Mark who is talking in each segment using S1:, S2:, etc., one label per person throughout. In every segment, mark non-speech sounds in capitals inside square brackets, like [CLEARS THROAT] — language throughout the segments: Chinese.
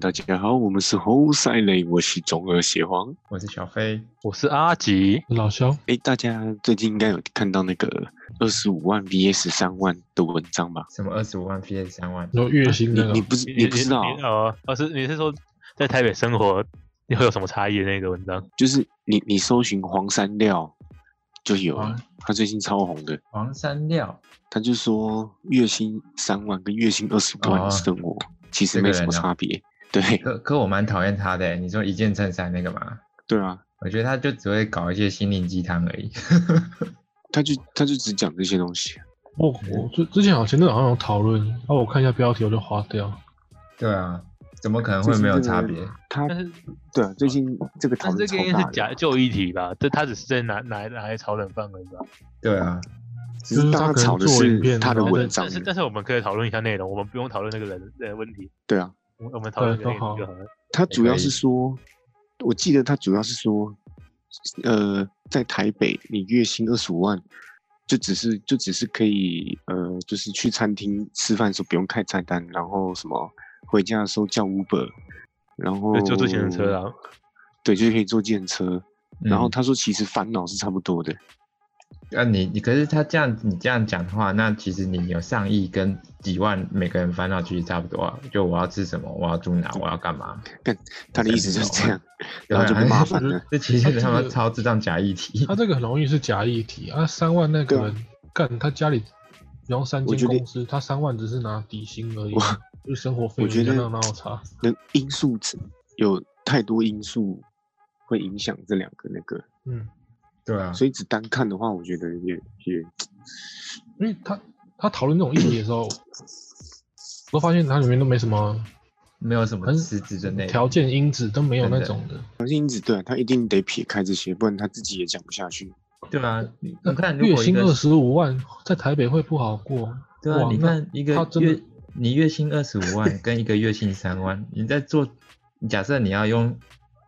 S1: 大家好，我们是猴赛雷，我是中二邪皇。
S2: 我是小飞，
S3: 我是阿吉，
S4: 老肖，
S1: 哎，大家最近应该有看到那个二十五万 VS 三万的文章吧？
S2: 什么二十五万 PS 三万？
S4: 然后月薪
S1: 你
S4: 那个
S1: 你不是你不知道啊，
S3: 哦？而是你是说在台北生活你会有什么差异的那个文章？
S1: 就是你你搜寻黄山料就有了
S2: 黄，
S1: 他最近超红的，
S2: 黄山料
S1: 他就说月薪三万跟月薪二十万
S2: 哦
S1: 的生活其实
S2: 这个
S1: 没什么
S2: 人啊
S1: 差别。对
S2: 可可我蛮讨厌他的欸，你说一件衬衫那个嘛，
S1: 对啊，
S2: 我觉得他就只会搞一些心灵鸡汤而已。 [LAUGHS]
S1: 他就他就只讲这些东西。
S4: 我哦我之之前好像前阵子好像有讨论，然后我看一下标题我就划掉。
S2: 对啊，怎么可能会没有差别？
S1: 他
S3: 但是
S1: 对啊，最近这个讨
S3: 但是
S1: 论
S3: 这
S1: 超
S3: 个应该
S1: 大
S3: 是假
S1: 的，
S3: 旧议题吧？这他只是在拿拿拿来炒冷饭而已吧？
S2: 对啊，
S1: 只
S4: 就是是
S1: 大
S4: 他
S1: 家
S4: 可能
S1: 吵的
S4: 做影
S1: 是
S4: 片
S1: 他的
S4: 然后
S1: 文
S3: 但是
S1: 章
S3: 但，是但是我们可以讨论一下内容，我们不用讨论那个人的问题，
S1: 对啊。
S3: 我我们讨论
S4: 对
S3: 那个内
S4: 都
S3: 容
S4: 好
S3: 就好了。
S1: 他主要
S2: 可
S1: 是
S2: 以
S1: 说，我记得他主要是说，呃，在台北你月薪二十五万，就只是就只是可以呃，就是去餐厅吃饭的时候不用看菜单，然后什么回家的时候叫 Uber，然后
S3: 就就坐计程车啦，
S1: 对，就可以坐计程车。然后
S2: 嗯
S1: 他说，其实烦恼是差不多的，
S2: 啊你你可是他这样你这样讲的话，那其实你有上亿跟几万每个人烦恼其实差不多啊，就我要吃什么，我要住哪，我要干嘛，
S1: 他的意思就是这样，
S2: [LAUGHS] 对
S1: 然
S2: 啊
S1: 后就被骂
S4: 我
S1: 烦
S4: 觉得
S1: 了。
S2: [LAUGHS] 这其实他
S4: 他
S2: 妈
S4: 这个
S2: 超智障假议题
S4: 他。这个很容易是假议题啊，三万那个
S1: 对啊
S4: 人干他家里，然后三
S1: 我觉
S4: 间
S1: 得
S4: 公司，他三万只是拿底薪而已
S1: 我，
S4: 就是生活费
S1: 我
S4: 用
S1: 觉
S4: 那
S1: 得
S4: 那有差。
S1: 那因素有太多因素会影响这两个那个。
S4: 嗯，
S2: 对啊，
S1: 所以只单看的话，我觉得也也
S4: 因为他他讨论这种议题的时候，我都发现它里面都没什么
S2: 没有什么
S4: 很
S2: 实质的内容
S4: 条。件因子，都没有那种的。
S1: 黄金因子对、啊、他一定得撇开这些，不然他自己也讲不下去。
S2: 对啊，你你看，如
S4: 月
S2: 果一
S4: 薪
S2: 个
S4: 二十五万，在台北会不好过。
S2: 对啊，
S4: 哇
S2: 你
S4: 那
S2: 看一个
S4: 他真的
S2: 月你月薪二十五万跟一个月薪三
S4: [LAUGHS]
S2: 万，你在做假设你要用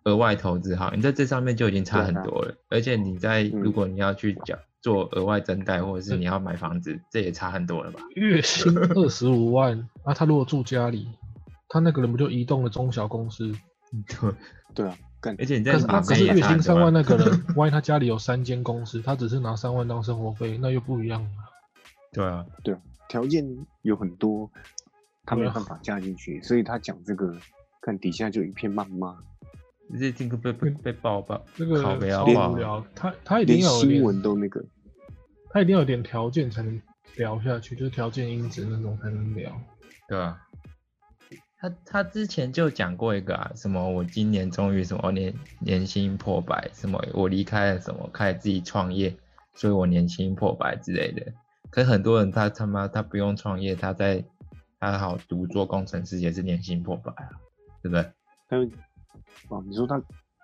S2: 额外投资好，你在这上面就已经
S1: 对
S2: 差
S1: 啊
S2: 很多了，而且你在
S1: 嗯
S2: 如果你要去缴做额外增贷或者
S4: 嗯
S2: 是你要买房子，这也差很多了吧？ [LAUGHS]
S4: 月 [LAUGHS] 薪二十五万，啊，他如果住家里，他那个人不就移动的中小公司？
S2: 对，
S1: 对啊，干
S2: 而且你在
S4: 可是
S2: 哪
S4: 他可是
S2: 边
S4: 月
S2: 也差
S4: 薪
S2: 很
S4: 三万
S2: 多吧。啊
S4: 那个 [LAUGHS] 人，万一他家里有三间公司，他只是拿三万当生活费，那又不一样了。
S2: [LAUGHS] 对啊，
S1: 条件有很多，他没有
S4: 对啊
S1: 办法加进去，所以他讲这个，看底下就一片谩骂，
S2: 这这个被被被爆爆，
S4: 嗯这个
S2: 靠北啊
S4: 超
S2: 哇
S4: 无聊，他他一定
S1: 连
S4: 要有
S1: 新
S4: 点，
S1: 闻都那个。
S4: 他一定要有点条件才能聊下去，就是条件因子那种才能聊。
S2: 对啊，他他之前就讲过一个啊，什么我今年终于什么年年薪破百，什么我离开了什么，开始自己创业，所以我年薪破百之类的。可是很多人他他妈他不用创业，他在他好读做工程师也是年薪破百啊，对不对？
S1: 他就哦，你说他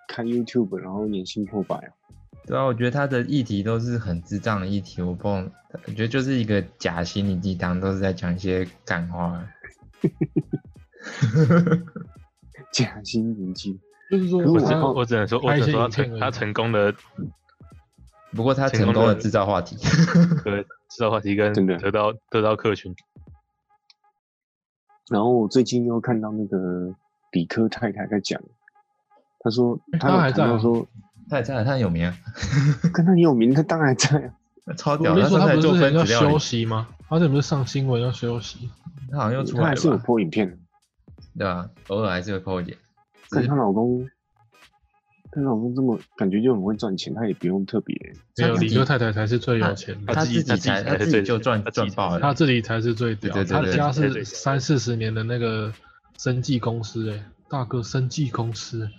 S1: 看 YouTube，然后年薪破百啊， [LAUGHS]
S2: 对啊，我觉得他的议题都是很智障的议题，我不懂，我觉得就是一个假心灵鸡汤，都是在讲一些干话。啊
S1: 假薪年金，
S4: 就是说
S1: 可是我
S3: 我只
S4: 他，
S1: 看
S3: 我只能说，我
S4: 拍一
S3: 只能
S4: 些
S3: 说他
S4: 影片
S3: 成
S4: 而已
S3: 他成功的
S2: 不过他
S3: 成
S2: 成
S3: 功
S2: 功的
S3: 的
S2: 制造话题。 [LAUGHS]
S3: 对制造话题跟
S1: 真的
S3: 得到得到客群，
S1: 然后我最近又看到那个理科太太在讲，她说她
S4: 她
S1: 有
S4: 还
S1: 谈
S4: 在
S1: 到
S4: 啊 [LAUGHS]
S1: 说，
S2: 他也在啊，他很有名啊，
S1: 跟她很有名，她当然在
S4: [LAUGHS]
S1: 啊，
S2: 超
S4: 我
S2: 屌！
S4: 没
S2: 他
S4: 说
S2: 上
S4: 他
S2: 次还
S4: 不
S2: 做
S4: 是
S2: 分
S4: 要
S2: 子料理
S4: 休，息吗？他这不是上新闻要休息？
S2: 他好像又出
S1: 她
S2: 来
S1: 还是有
S2: 了吧，
S1: 播影片的。
S2: 对吧、偶尔还是会 PO 一点，只
S1: 看
S2: 是
S1: 她老公，她老公这么感觉就很会赚钱，她也不用特别。
S4: 没有，
S2: 自己
S4: 理科太太才是最有钱的，
S2: 他自己
S3: 他自己
S2: 才
S3: 才
S2: 他
S3: 是
S2: 自己
S3: 最
S2: 就赚
S3: 他自
S2: 赚
S3: 己才
S2: 爆
S3: 是
S4: 他
S2: 了。
S4: 自己才是最屌
S2: 对，对
S4: 他
S2: 对
S4: 家
S3: 对对
S4: 是三四十年的那个生技公司哎、大哥生技公司欸，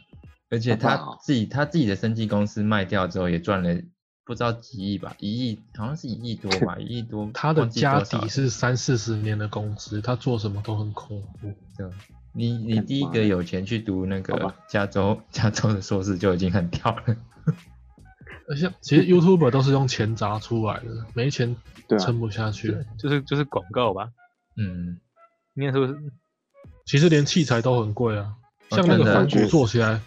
S2: 而且
S1: 好不
S2: 他
S1: 好
S2: 自己他自己的生技公司卖掉之后也赚了不知道几亿吧，一亿好像是一亿多吧，一亿多。
S4: 他的
S2: 忘记
S4: 家
S2: 多少
S4: 底
S2: 了
S4: 是三四十年的工资，他做什么都很恐怖。
S2: 对啊你你
S1: 干
S2: 第一
S1: 嘛
S2: 个
S1: 呢
S2: 有钱去读那
S1: 好
S2: 个
S1: 吧
S2: 加州加州的硕士就已经很屌了，
S4: 而且其实 YouTuber 都是用钱砸出来的，没钱
S1: 对啊
S4: 撑不下去。
S3: 就是就是广告吧，
S2: 嗯，
S3: 应该说是
S4: 其实连器材都很贵啊，
S2: 哦
S4: 像那个
S2: 真的
S4: 反
S1: 确
S4: 骨
S1: 实
S4: 做起来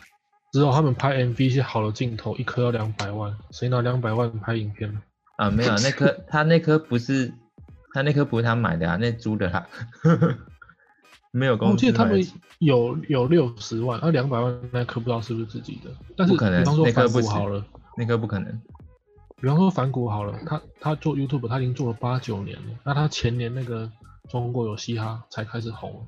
S4: 之后，他们拍 MV 一些好的镜头，一颗要两百万，谁拿两百万拍影片呢？
S2: 啊没有那
S4: [LAUGHS]
S2: 颗他那颗不是他那颗不是他买的啊，那租的啦。 [LAUGHS] 没有
S4: 我
S2: 工
S4: 记
S2: 资
S4: 得他
S2: 买得
S4: 们
S2: 起，
S4: 有有六十万，那两百万那颗不知道是不是自己的，但是
S2: 不可能
S4: 比方说
S2: 那颗
S4: 反
S2: 不
S4: 骨
S2: 止
S4: 好了，
S2: 那个不可能。
S4: 比方说反骨好了，他他做 YouTube 他已经做了八九年了，那他前年那个中国有嘻哈才开始红，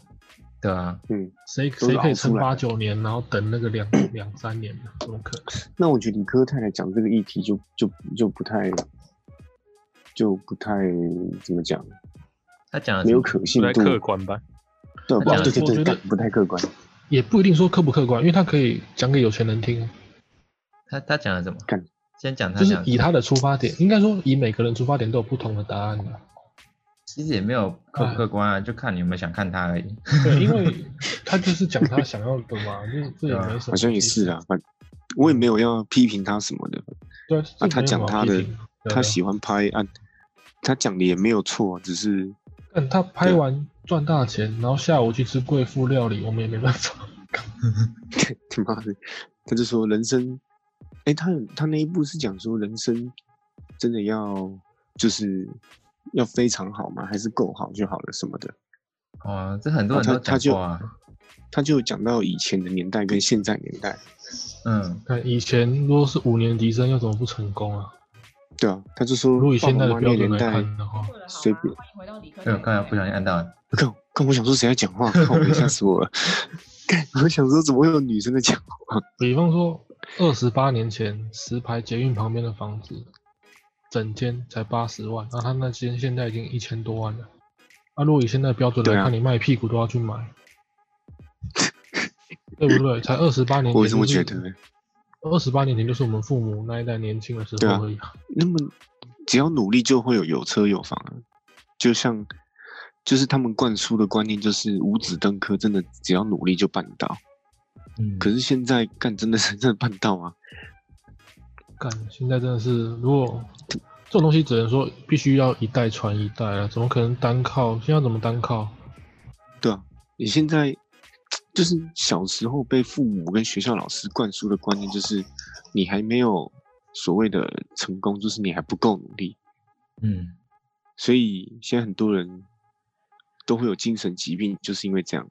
S2: 对啊，
S1: 嗯，
S4: 谁
S1: 都是
S4: 谁可以
S1: 熬出
S4: 撑
S1: 来的
S4: 八九年，然后等那个两两三年呢？怎么可能？
S1: 那我觉得理科太来讲这个议题就就就不太就不太怎么讲，
S2: 他讲的
S1: 没
S2: 什
S1: 有
S2: 么
S1: 可信
S3: 不太
S1: 度，
S3: 客观吧？
S1: 对
S2: 他
S1: 吧？
S2: 讲
S1: 对
S4: 的我
S1: 对对
S4: 觉得，
S1: 不太客观。
S4: 也不一定说客不客观，因为他可以讲给有钱人听，啊
S2: 他他讲了什么
S1: 干？
S2: 先讲他
S4: 就是
S2: 讲，
S4: 以他的出发点，应该说以每个人出发点都有不同的答案
S2: [LAUGHS]
S4: 嘛。
S2: 其实也没有客不
S4: 哎
S2: 客观啊，就看你有没有想看他而已。
S4: 对，因为他就是讲他想要的嘛，这这也没什么。
S1: 好像也是啊，反我也没有要批评他什么的，
S4: 对啊，这
S1: 啊他讲他的
S4: 没有什么好批评，对啊
S1: 他喜欢拍啊，他讲的也没有错，啊只是
S4: 但他拍
S1: 啊
S4: 完赚大钱，然后下午去吃贵妇料理，我们也没办法。 [LAUGHS]
S1: 他妈的，他就说人生，哎、他有他那一部是讲说人生真的要就是要非常好吗？还是够好就好了什么的？
S2: 哦，这很多
S1: 然后
S2: 人都
S1: 他他
S2: 讲
S1: 就
S2: 过啊。
S1: 他就讲到以前的年代跟现在年代，
S2: 嗯，
S4: 看以前如果是五年级生，要怎么不成功啊？
S1: 对啊，他就说
S4: 如果以
S1: 爸
S4: 现
S1: 爸
S4: 在
S1: 妈妈
S4: 的标
S1: 那
S4: 准
S1: 年
S4: 来
S1: 代，
S4: 看的话，
S1: 随便
S5: 啊欢迎回到理科
S2: 哎，我刚才不小心按到了，
S1: 看看我想说谁在讲话，看我被吓死我了， [LAUGHS] 看我想说怎么会有女生在
S4: [LAUGHS]
S1: 讲话？
S4: 比方说二十八年前石牌捷运旁边的房子，整间才八十万，那他那间现在已经一千多万了。啊，如果以现在的标准来
S1: 对啊
S4: 看，你卖屁股都要去买，对不对？才二十八年前、
S1: 我也这么觉得、欸
S4: 二十八年前就是我们父母那一代年轻的时
S1: 对啊
S4: 候而已、啊。
S1: 那么只要努力就会有有车有房啊，就像就是他们灌输的观念就是五子登科，真的只要努力就办得到。
S2: 嗯，
S1: 可是现在干真的是真的办到啊，
S4: 干，现在真的是，如果这种东西只能说必须要一代传一代啊，怎么可能单靠？现在怎么单靠？
S1: 对啊，你现在就是小时候被父母跟学校老师灌输的观念就是你还没有所谓的成功，就是你还不够努力，
S2: 嗯，
S1: 所以现在很多人都会有精神疾病，就是因为这样。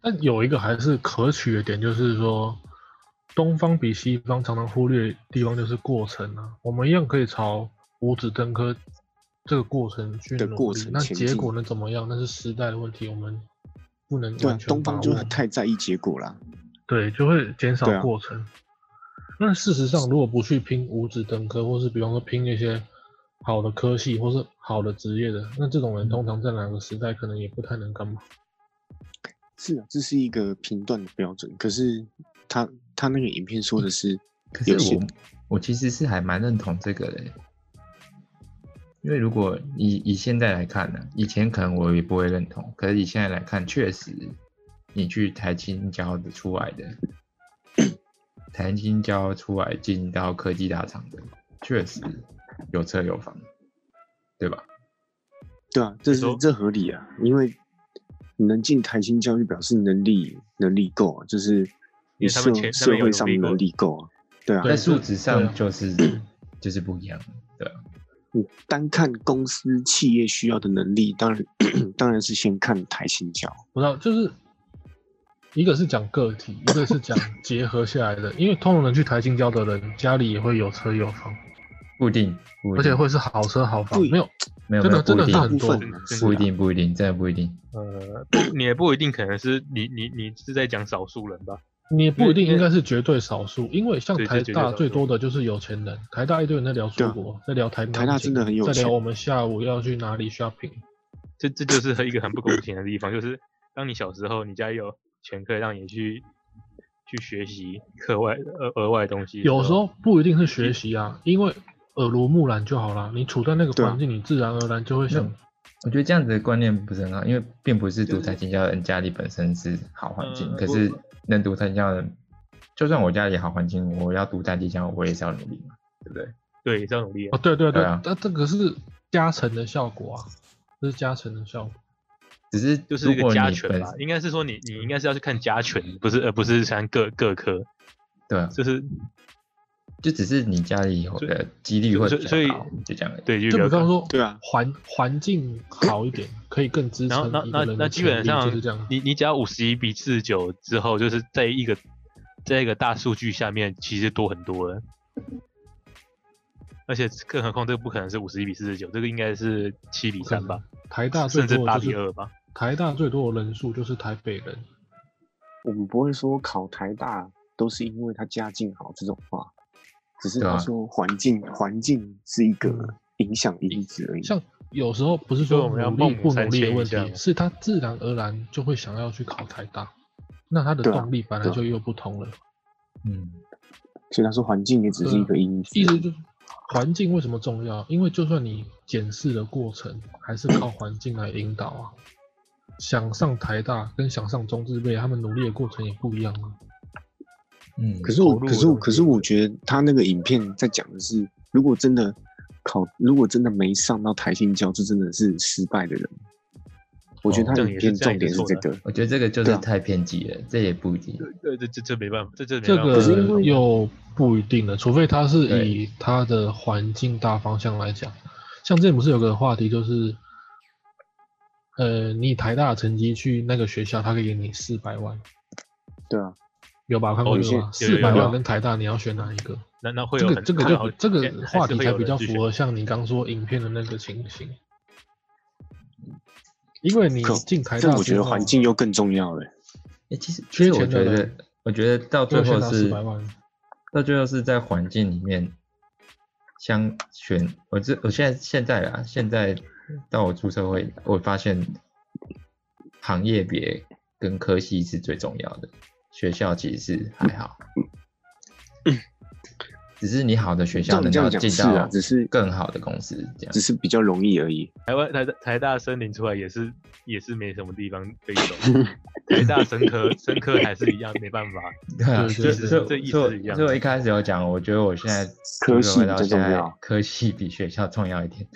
S4: 但有一个还是可取的点，就是说，东方比西方常常忽略的地方就是过程啊。我们一样可以朝五指登科这个过程去
S1: 的
S4: 努
S1: 过
S4: 力
S1: 程
S4: 那
S1: 前
S4: 结
S1: 进
S4: 果能怎么样？那是时代的问题，我们不能
S1: 对啊
S4: 完，全
S1: 东
S4: 把握。
S1: 方就太在意结果啦。
S4: 对，就会减少
S1: 对啊
S4: 过程。那事实上，如果不去拼五指登科，或是比方说拼那些好的科系，或是好的职业的，那这种
S1: 嗯
S4: 人通常在哪个时代可能也不太能干嘛。
S1: 是啊，这是一个评断的标准。可是他他那个影片说的是，
S2: 可
S1: 有
S2: 是
S1: 些
S2: 我我其实是还蛮认同这个的欸，因为如果以以现在来看呢、以前可能我也不会认同，可是以现在来看，确实你去台青交的出来的，台青交出来进到科技大厂的，确实有车有房，对吧？
S1: 对啊，这
S3: 你
S1: 是
S3: 说
S1: 这合理啊，因为你能进台新教育，表示能力能力够啊，就是你
S3: 因为他们
S1: 社
S3: 前他
S1: 社
S3: 们有
S1: 会上
S3: 努力过
S1: 能力够啊，对啊，
S4: 对
S2: 在数值
S4: 对
S2: 上
S4: 啊
S2: 就是、 [CLEARS THROAT] 就是不一样，对啊，
S1: 你单看公司企业需要的能力，当然 [CLEARS THROAT] 当然是先看台新教，
S4: 不知道，就是一个是讲个体，一个
S1: [LAUGHS]
S4: 是讲结合下来的。因为通常能去台青交的人，家里也会有车有房，
S2: 不一定，不一
S4: 而且
S2: 定
S4: 会是好车好房
S1: 不，一
S4: 没有
S2: 没有
S4: 真的真
S2: 没有
S4: 的
S2: 不一定，
S4: 是很
S1: 部
S4: 多
S1: 分啊
S3: 真
S1: 是
S2: 不一
S1: 啊
S2: 定不一定，真的不一定。
S4: 呃，
S3: 你也不一定可能是你你你是在讲少数人吧？
S4: 你也不一定
S3: 因为
S4: 应该是绝对少数，因为像
S3: 对
S4: 台
S3: 这绝对
S4: 大
S3: 少数
S4: 最多的就是有钱人，台大一堆人在聊出国，在聊台
S1: 啊台大真的很有
S4: 在聊
S1: 钱
S4: 我们下午要去哪里 shopping，
S3: 这这就是一个很不公平的地方，就是当你小时候你家里有钱可以让你去去学习课外额额外的东西的，
S4: 有时候不一定是学习啊，因为耳濡目染就好了，你处在那个
S1: 对啊
S4: 环境，你自然而然就会想
S2: 嗯，我觉得这样子的观念不是很好，因为并不是读财经教的人家里本身是好环境，
S3: 呃
S2: 可是能读财经教的人，就算我家里好环境，我要读财经教，我也是要努力嘛，对不对？
S3: 对也是要努力
S4: 哦，
S3: 啊，
S4: 对对对，
S2: 对啊
S4: 但这个是加成的效果啊，这是加成的效果。
S2: 只是
S3: 就是一
S2: 如
S3: 个
S2: 果
S3: 加
S2: 你
S3: 权
S2: 本
S3: 吧，应该是说你你应该是要去看加权，不是而不是看各各科，
S2: 对啊，
S3: 就是
S2: 就只是你家里有
S3: 所以
S2: 的几率会
S3: 所以
S2: 比较
S3: 所以
S2: 高，就这样而已。
S3: 对就
S4: 就
S3: 比
S4: 比
S3: 较
S4: 方
S3: 高
S4: 说，
S1: 对啊
S4: 环环境好一点，可以更支
S3: 然后
S4: 撑
S3: 那
S4: 一
S3: 那
S4: 个人
S3: 那
S4: 的
S3: 基
S4: 潜
S3: 本
S4: 力
S3: 上
S4: 就是这样。
S3: 你你只要五十一比四十九之后，就是在一个在一个大数据下面，其实多很多了。而且更何况这个不可能是五十一比四十九，这个应该是七比
S4: 不可
S3: 三
S4: 能
S3: 吧，
S4: 台大最
S3: 甚至
S4: 多
S3: 八
S4: 的
S3: 比
S4: 就是
S3: 二吧。
S4: 台大最多的人数就是台北人，
S1: 我们不会说考台大都是因为他家境好这种话，只是
S2: 对啊
S1: 他说环境环境是一个
S4: 嗯
S1: 影响因子而已。
S4: 像有时候不是
S3: 所以
S4: 说
S3: 我们要
S4: 努
S3: 孟
S4: 力
S3: 母
S4: 不
S3: 三
S4: 努力的
S3: 迁一
S4: 问
S3: 下嘛
S4: 题，是他自然而然就会想要去考台大，那他的
S1: 对啊
S4: 动力本来
S1: 对啊
S4: 就又不同了。
S2: 嗯，
S1: 所以他说环境也只是一
S3: 啊
S1: 个因子。
S4: 意思就是环境为什么重要？因为就算你检视的过程还是靠环境来引导啊。想上台大跟想上中字辈，他们努力的过程也不一样啊。
S2: 嗯，
S1: 可是我，
S4: 投入
S1: 可是我，
S4: 的
S1: 可是我觉得他那个影片在讲的是，如果真的考，如果真的没上到台新教，这真的是失败的人。我觉得
S3: 哦
S1: 他
S3: 这样
S1: 影
S3: 也是
S1: 片
S3: 这
S1: 重
S3: 样也
S1: 点
S3: 是
S1: 是
S3: 错
S1: 这
S3: 的
S1: 个，
S2: 我觉得这个就
S1: 对
S2: 是
S1: 啊
S2: 太偏激了，这也不一定。
S3: 对，这这这没办法，这这没
S4: 这
S3: 办法。
S4: 个
S1: 可是因为
S4: 又不一定了，除非他是
S2: 对
S4: 以他的环境大方向来讲。像之前不是有个话题，就是，呃，你以台大的成绩去那个学校，他可以给你四百万，
S1: 对啊，
S4: 有吧？我看过
S1: 哦
S4: 这个吧？
S3: 有有
S4: 四
S3: 有
S4: 百
S3: 有有
S4: 万跟台大，你要选哪一个？
S3: 那那会
S4: 这
S3: 有
S4: 个
S3: 很
S4: 这个
S3: 然后
S4: 就这
S3: 还
S4: 个
S3: 还
S4: 话
S3: 是
S4: 题
S3: 会
S4: 才
S3: 有
S4: 比
S3: 人
S4: 较
S3: 去
S4: 符
S3: 选
S4: 合像你刚说影片的那个情形，因为你
S1: 可
S4: 进台
S1: 但
S4: 大，
S1: 我觉得环境又更重要了。
S2: 哎、其实其
S4: 缺
S2: 实我
S4: 钱
S2: 觉
S4: 的
S2: 得
S4: 人，
S2: 我觉得到
S4: 就
S2: 最后
S4: 先拿
S2: 是
S4: 400万
S2: 到最后是在环境里面相选。我这我现在现在啊，现在到我出社会，我发现行业别跟科系是最重要的，学校其实是还
S1: [CLEARS THROAT]
S2: 好。只是你好的学校
S1: 照你
S2: 能
S1: 这
S2: 够
S1: 样讲
S2: 进
S1: 是啊
S2: 到
S1: 只是
S2: 更好的公司，这样
S1: 只是比较容易而已。
S3: 台湾台大台大森林出来也是也是没什么地方可以走，台大生科生科还是一样没办法。
S2: 对啊，
S4: 对
S2: 所以
S4: 对
S2: 所以
S3: 这意思
S2: 所
S3: 是
S2: 以
S3: 一
S2: 我
S3: 样
S2: 所以我
S3: 的
S2: 一开始有讲，我觉得我现在
S1: 科系
S2: 回到
S1: 比较
S2: 现
S1: 重
S2: 在
S1: 要
S2: [LAUGHS] 科系比学校重要一点。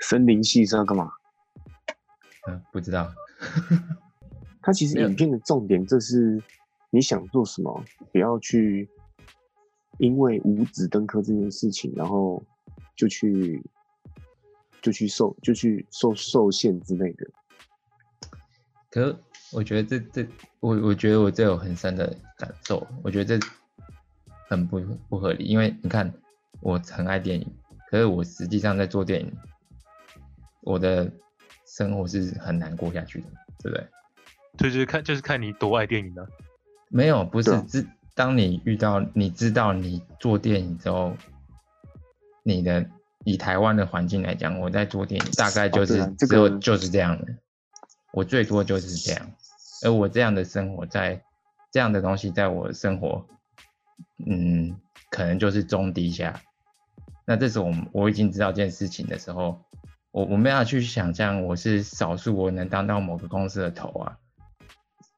S1: 森林系是要干嘛？
S2: 嗯，不知道。
S1: 它其实
S2: 没有
S1: 影片的重点就是你想做什么，不要去因为五子登科这件事情，然后就去就去受就去受受限之类的。
S2: 可是我觉得这这，我我觉得我这有很深的感受，我觉得这很不不合理，因为你看我很爱电影，可是我实际上在做电影，我的生活是很难过下去的，对不对？
S3: 对，就是看就是看你多爱电影了。
S2: 没有，不是
S1: 对啊，
S2: 知当你遇到你知道你做电影之后，你的以台湾的环境来讲，我在做电影大概就
S1: 哦对
S2: 是、
S1: 啊这
S2: 只有
S1: 个
S2: 就是这样的，我最多就是这样，而我这样的生活在这样的东西在我的生活，嗯，可能就是中低下。那这时候我们我已经知道这件事情的时候，我我没有去想象我是少数，我能当到某个公司的头啊，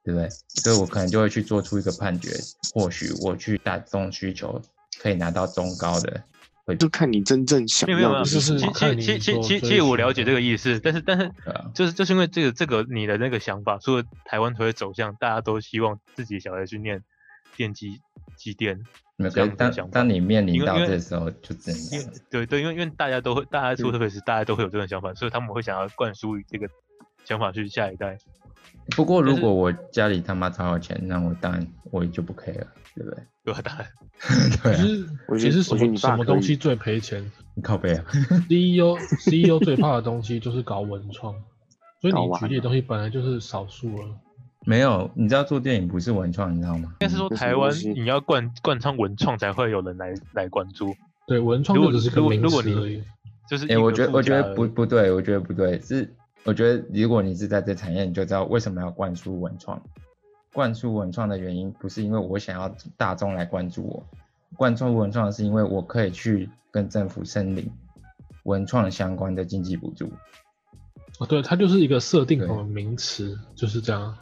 S2: 对不对？所以我可能就会去做出一个判决，或许我去打中需求可以拿到中高的，
S1: 就看你真正想
S3: 没有没有
S1: 要
S3: 没有，
S1: 的
S3: 其
S1: 是什
S4: 就是
S1: 么。
S3: 其
S4: 看
S3: 其
S4: 你
S3: 其
S4: 所
S3: 其
S4: 追啊
S3: 其实我
S4: 求
S3: 了解
S4: 的
S3: 这个意思，但是但是
S2: 对啊吧？
S3: 就是就是因为这个这个你的那个想法，所以台湾才会走向大家都希望自己小孩去念电机机电，
S2: 没有，
S3: 这
S2: 可
S3: 样
S2: 是
S3: 子的
S2: 当
S3: 想法
S2: 当你面
S3: 因
S2: 临
S3: 为
S2: 到
S3: 因为
S2: 这时候，就只能这
S3: 因为
S2: 样
S3: 对对，因为因为大家都会，大家出社会时，大家都会有这种想法，所以他们会想要灌输这个想法去下一代。
S2: 不过
S3: 但
S2: 如
S3: 是
S2: 果我家里他妈超有钱，那我当然我就不 care 了，对不对？ [LAUGHS]
S3: 对吧？当然，
S2: 对、
S4: 其
S2: 啊，
S4: 实
S1: 我觉
S4: 其
S1: 得
S4: 实什
S1: 我觉得你
S4: 么
S1: 爸
S4: 什么
S1: 可以
S4: 东西最赔钱
S2: 你靠背啊，
S4: ？CEO CEO E [LAUGHS] 最怕的东西就是搞文创，所以
S1: 搞
S4: 你
S1: 完
S4: 举例的东西本来就是少数了。
S2: 没有，你知道做电影不是文创，你知道吗？
S3: 应该是说
S1: 这是
S3: 台
S1: 什么
S3: 湾
S1: 东西
S3: 你要贯贯穿文创才会有人来来关注，
S4: 对，文创
S3: 如
S4: 就
S3: 果
S4: 只是
S3: 如
S4: 个
S3: 果
S4: 名
S3: 如
S4: 词
S3: 果你
S4: 而已。
S3: 就是一
S2: 哎、我
S3: 个
S2: 觉得
S3: 附
S2: 我觉
S3: 加
S2: 得
S3: 而
S2: 不
S3: 已
S2: 不对，我觉得不对，是我觉得如果你是在这产业，你就知道为什么要灌输文创。灌输文创的原因不是因为我想要大众来关注我，灌输文创是因为我可以去跟政府申领文创相关的经济补助。
S4: 哦，对，它就是一个设定
S2: 对
S4: 好的名词，就是这样啊。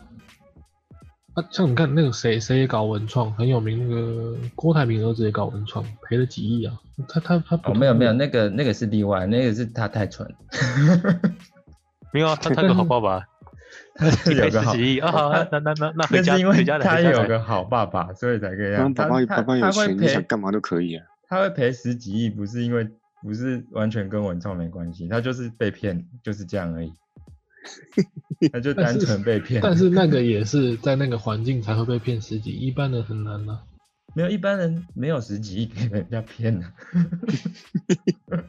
S4: 啊，像你看那个谁谁也搞文创，很有名那个郭台铭儿子也搞文创，赔了几亿啊。他他他不
S2: 哦，没有没有，
S4: 痛苦，
S2: 那个那个是例外，那个是他太蠢，
S3: 没有啊，他他有个好爸爸，
S2: [LAUGHS]
S3: [LAUGHS]
S2: 他是
S3: 一
S2: 有个
S3: 赔十
S2: 好，[LAUGHS]
S3: 几亿啊，好
S2: 他
S3: 啊那那那那回
S2: 那
S3: 家
S2: 是因为
S3: 回家的
S2: 他
S3: 回家
S2: 有
S3: 的
S2: 个好爸爸，所以才可以
S1: 然后
S2: 让
S1: 爸
S2: 他
S1: 爸
S2: 啊他
S1: 爸爸有
S2: 他会
S1: 钱，你
S2: 赔
S1: 想干嘛都可以啊。
S2: 他会赔
S1: [LAUGHS]
S2: 十几亿，不是因为不是完全跟文创没关系，他就是被骗，就是这样而已。他就
S4: 但
S2: 单
S4: 是
S2: 纯被骗。
S4: 但是那个也是在那个环境才会被骗十几，一般人很难啊呐、
S2: 没有一般人没有十几亿给人家骗啊
S1: [LAUGHS]
S2: 的、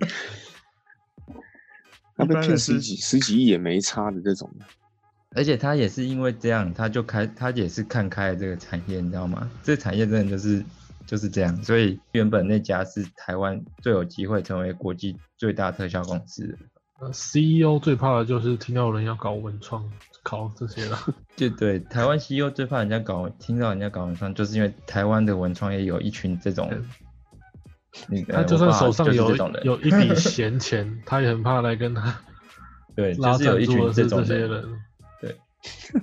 S1: 他被
S2: 一般
S1: 骗
S2: 人
S1: 十
S2: 是
S1: 几十几亿也没差的这种， [LAUGHS]
S2: 而且他也是因为这样，他就开，他也是看开了这个产业，你知道吗？这个产业真的就是就是这样，所以原本那家是台湾最有机会成为国际最大特效公司的，
S4: 那 CEO E 最怕的就是听到有人要搞文创，搞这些了。
S2: 就对台湾 CEO 最怕人家搞，听到人家搞文创，就是因为台湾的文创也有一群这种，你
S4: 他
S2: 呃
S4: 就
S2: 我
S4: 算
S2: 爸
S4: 手上
S2: 就是
S4: 有
S2: 这种人，
S4: 有一笔闲钱，他也很怕来跟他
S2: 对，就
S4: 拉
S2: 是有
S4: 赞
S2: 一
S4: 助
S2: 群
S4: 的是
S2: 种
S4: 这些
S2: 人，
S4: 人。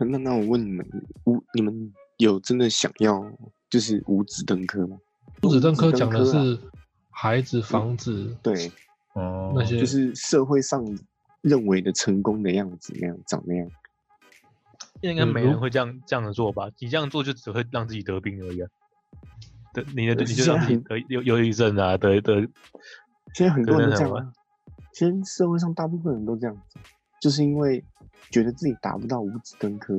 S1: 那那我问你们，无你们有真的想要就是无指登科吗？
S4: 不止邓科
S1: 无指
S4: 讲
S1: 登
S4: 的
S1: 科啊
S4: 是孩子、房子
S1: 对，
S2: 哦，
S4: 那些，
S1: 就是社会上认为的成功的样子那样长那样。
S3: 应该
S4: 嗯
S3: 没
S4: 如
S3: 人会这样这样的做吧？你这样做就只会让自己得病而已、啊。得你的
S1: 对
S3: 你就让自
S2: 啊
S3: 己
S1: 现
S3: 得忧忧郁症啊，得得
S1: 现在很多人都
S3: 对
S1: 这
S3: 那
S1: 样
S3: 很
S1: 啊，现在社会上大部分人都这样子，就是因为觉得自己达不到五指登科，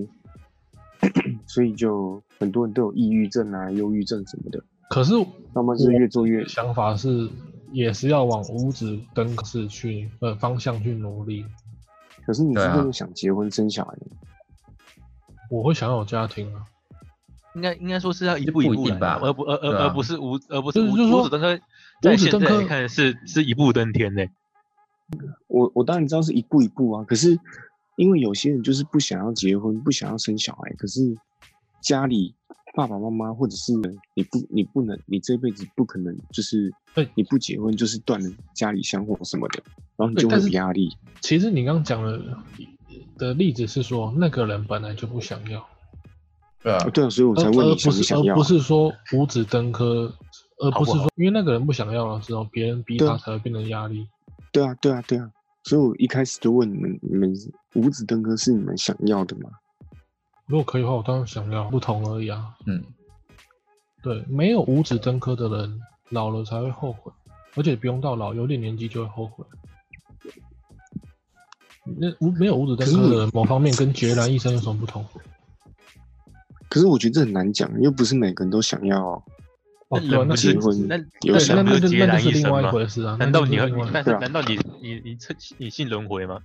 S1: [COUGHS] 所以就很多人都有抑郁症啊、忧郁症什么的，
S4: 可是
S1: 要么
S2: 嗯
S1: 就是越做越
S4: 想法是也是要往五指登科是去呃方向去努力。
S1: 可是你是
S2: 对啊
S1: 那种想结婚生小孩的，
S4: 我会想要有家庭啊，
S3: 应该应该说是要一
S2: 就
S3: 步
S2: 不一
S3: 步
S2: 定
S3: 来的啊
S2: 吧
S3: 而不而
S2: 对啊
S3: 而而不是无而不是
S4: 就是
S3: 无
S4: 就是说
S3: 无子登科，在
S4: 无子
S3: 现
S4: 登
S3: 在
S4: 科
S3: 来看是是一步登天呢、
S1: 我我当然知道是一步一步啊，可是因为有些人就是不想要结婚，不想要生小孩，可是家里爸爸妈妈或者是你不你不能你这辈子不可能就是
S4: 对
S1: 你不结婚就是断了家里香火什么的，然后你
S4: 对
S1: 就会
S4: 但
S1: 有
S4: 是
S1: 压力。
S4: 其实你刚刚讲的的例子是说，那个人本来就不想要，
S2: 对啊
S1: 哦，对啊，所以我
S4: 而
S1: 才问
S4: 呃而
S1: 你
S4: 不
S1: 想不
S4: 是
S1: 想要
S4: 而
S1: 啊，
S4: 不是说五指登科，而
S3: 好
S4: 不
S3: 不
S4: 是说因为那个人不想要的时候，别人逼
S1: 对
S4: 他才会变成压力。
S1: 对啊对啊对啊，所以我一开始就问你们，你们五子登科是你们想要的吗？
S4: 如果可以的话，我当然想要，不同而已啊。
S2: 嗯，
S4: 对，没有五指登科的人，老了才会后悔，而且不用到老，有点年纪就会后悔。那无没有五指登科的人，某方面跟决然医生有什么不同？
S1: 可是我觉得这很难讲，又不是每个人都想要
S4: 哦，
S3: 那
S4: 对啊，
S3: 人
S4: 那
S3: 不是
S1: 结婚
S3: 那
S1: 有
S4: 对，
S1: 想
S4: 那
S1: 法
S4: 那就
S3: 不是孑
S4: 那
S3: 然
S4: 就是
S3: 一
S4: 另
S3: 身
S4: 外一
S3: 吗
S4: 回事啊。
S3: 难道你
S4: 那
S3: 和
S4: 就是另外
S3: 但
S4: 一回
S3: 是
S1: 对啊
S3: 难道你你你称你信轮回吗？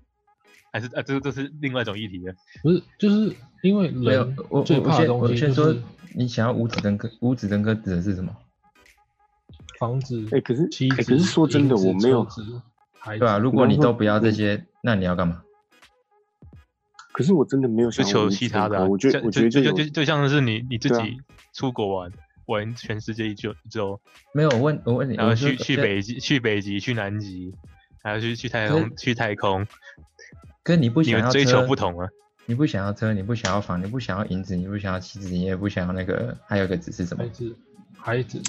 S3: 还是啊，这个这是另外一种议题了。
S4: 不是，就是因为
S2: 没有
S4: 人，
S2: 我我
S4: 最
S2: 我
S4: 怕的
S2: 先
S4: 东
S2: 我
S4: 西
S2: 先
S4: 就
S2: 说
S4: 是，
S2: 你想要五指登科，五指登科指的是什么？
S4: 房子、
S1: 哎可是
S4: 妻
S1: 哎
S4: 子、
S1: 可是说真的
S4: 银子
S1: 我没有
S4: 车子孩子，
S2: 对啊，如果你
S1: 然后
S2: 都不要这些，那你要干嘛？
S1: 可是我真的没有
S3: 就
S1: 想要
S3: 求
S1: 无子
S3: 其他的、
S1: 登
S3: 啊，
S1: 科我觉
S3: 就
S1: 得我觉得
S3: 就
S1: 有
S3: 就就就像是你你自
S1: 对啊
S3: 己出国玩。玩全世界一周一周，
S2: 没有，我问我问你，
S3: 然后
S2: 我说
S3: 去去
S2: 对
S3: 北极、去北极、去南极，还要去去太
S2: 可是
S3: 空、去太空，
S2: 跟你不
S3: 你
S2: 想
S3: 们
S2: 要
S3: 追求
S2: 车
S3: 不同啊。
S2: 你不想要车，你不想要房，你不想要银子，你不想要妻子，你也不想要那个，还有一个只是什么
S4: 孩？子、孩子，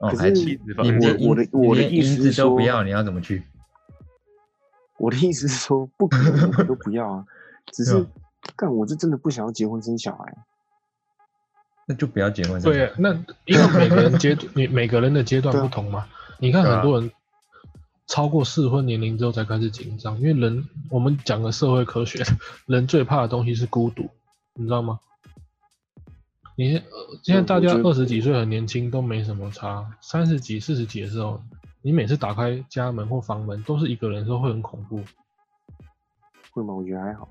S2: 哦，
S1: 可
S2: 还
S1: 是
S2: 妻
S3: 子吧
S2: 你们
S1: 我
S2: 连银
S1: 我的
S2: 你
S1: 我的
S2: 连
S1: 意
S2: 银
S1: 思
S2: 子
S1: 是
S2: 都不
S1: 说
S2: 要，你要怎么去？
S1: 我的意思是说，不可能每个都不要啊，只
S2: 对
S1: 是
S3: [LAUGHS]
S2: 啊
S1: 干我是真的不想要结婚生小孩啊，
S2: 那就不要结婚。
S4: 对，那因为每个人阶段，你每个人的阶段
S1: 啊
S4: 不同嘛。你看
S2: 对啊
S4: 很多人超过适婚年龄之后才开始紧张，因为人我们讲个社会科学，人最怕的东西是孤独，你知道吗？你现呃现在大家
S1: 我觉得
S4: 二十几岁很年轻都没什么差，三十几、四十几的时候，你每次打开家门或房门都是一个人的时候会很恐怖。
S1: 会吗？我觉得还好。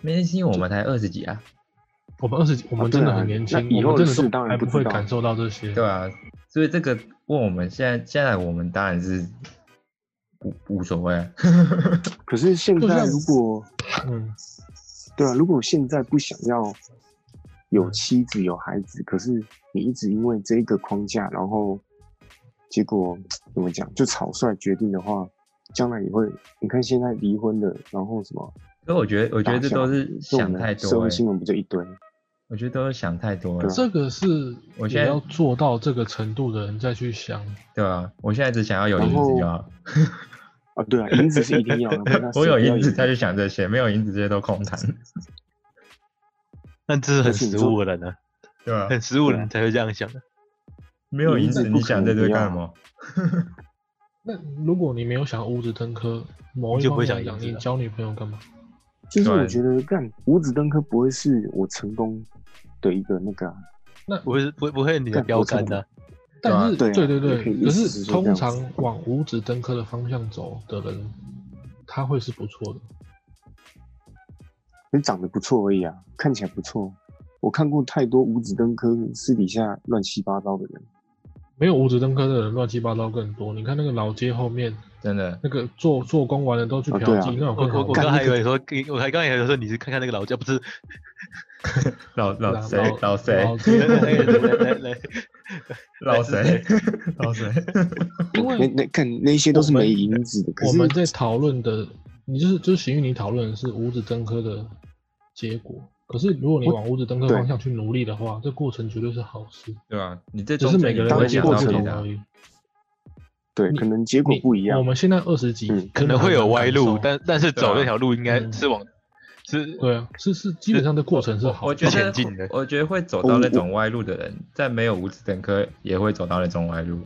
S2: 没关系，我们才二十几啊，
S4: 我们二十几，我
S1: 啊
S4: 们
S1: 对
S4: 真的
S1: 啊
S4: 很年轻，
S1: 那以后
S4: 我
S1: 的
S4: 们真
S1: 事
S4: 的
S1: 当
S4: 都
S1: 然
S4: 还
S1: 不
S4: 不
S1: 知
S4: 会
S1: 道
S4: 感受到这些。
S2: 对啊，所以这个问我们现在现在我们当然是无无所谓啊。
S1: 可是现
S4: 就
S1: 在
S4: 像
S1: 如果
S4: 嗯，
S1: 对啊，如果现在不想要有妻子有孩子，可是你一直因为这一个框架，然后结果怎么讲就草率决定的话，将来也会你看现在离婚的，然后什么
S2: 所以我觉得我
S1: 打
S2: 觉
S1: 架，
S2: 得这都是
S1: 这种
S2: 想
S1: 的
S2: 太
S1: 社
S2: 多
S1: 会新
S2: 欸，
S1: 闻不就一堆？
S2: 我觉得都是想太多了
S1: 对啊，
S4: 这个是
S2: 我
S4: 你
S2: 现在
S4: 要做到这个程度的人再去想。
S2: 对啊，我现在只想要有银
S1: 然后
S2: 子就好，
S1: 啊，对啊，银子是一定要的，
S2: [LAUGHS]
S1: 不然他
S2: 我有
S1: 谁要
S2: 银子再去想这些，没有银子这些都空谈，
S3: 但这是很
S1: 但是你
S3: 实
S1: 说
S3: 务的人啊，
S2: 对吧？
S3: [LAUGHS] 很实务的
S1: 对啊
S3: 人才会这样想的。
S2: 没有
S1: 银
S2: 银
S1: 子
S2: 子
S1: 不
S2: 你
S1: 可
S2: 想
S1: 能
S2: 这
S1: 不
S2: 堆
S1: 要
S2: 干
S1: 啊
S2: 什么？
S4: 那如果你没有想要五子登科，某
S3: 你
S4: 一
S3: 就
S4: 方
S3: 不会
S4: 面
S3: 想
S4: 来讲，
S3: 赢子
S4: 你
S3: 啊
S4: 交女朋友干嘛？
S1: 就是我
S2: 对
S1: 觉得干五子登科不会是我成功的一个那个啊、
S3: 不会是不会不会你的
S1: 干
S3: 标
S1: 我看
S3: 杆的，
S4: 但是
S1: 对啊
S4: 对
S1: 对
S4: 对
S1: 啊也可以
S4: 对，
S1: 意
S4: 可
S1: 思是
S4: 是
S1: 说这样
S4: 通
S1: 子
S4: 常往五指登科的方向走的人，他会是不错的。
S1: 你长得不错而已啊，看起来不错。我看过太多五子登科私底下乱七八糟的人，
S4: 没有五指登科的人乱七八糟更多。你看那个老街后面
S2: 真的
S4: 那个做做工完了都去
S1: 啊
S4: 嫖
S1: 对啊
S4: 妓，那
S3: 我
S4: 种更好
S3: 我我
S4: 玩
S1: 干
S3: 刚还
S1: 那
S3: 以
S1: 个
S3: 为说，我还刚以为说你是看看那个老家，不是
S2: 老老
S4: 老
S2: 谁老
S4: 老
S2: 谁
S4: 老
S3: 来来
S4: 街后面
S3: 来来来，
S2: 老谁老谁，
S4: 因
S1: 那
S3: 嗯
S4: 为
S1: 那看那些都是
S4: 我们
S1: 没银子的，可
S4: 我
S1: 是
S4: 们在讨论的，你就是就是邢玉你讨论的是五指登科的结果。可是如果你往五指登科
S1: 对
S4: 方向去努力的话，这过程绝对是好事，
S2: 对吧？你这
S4: 只
S2: 中
S4: 是
S2: 间
S4: 每个人
S2: 你
S4: 的
S2: 会
S4: 结
S2: 想
S4: 果
S2: 到
S4: 不
S2: 别
S4: 同
S2: 的啊
S4: 而，已。
S1: 对，
S4: 你
S1: 可能结果
S4: 你
S1: 不一
S4: 我
S1: 样。
S4: 们现在二十级
S1: 嗯，
S4: 可
S3: 可能会有歪路，
S4: 但。
S3: 但但是
S2: 对啊
S3: 走那条路应该
S4: 嗯
S3: 是往是
S4: 对啊，是是，基本上这过程是好的。
S2: 我觉
S3: 前
S2: 得
S3: 进的，
S2: 我觉得会走
S1: 我
S2: 到那
S1: 哦我
S2: 种歪路的人，在没有五指登科也会走到那种歪路。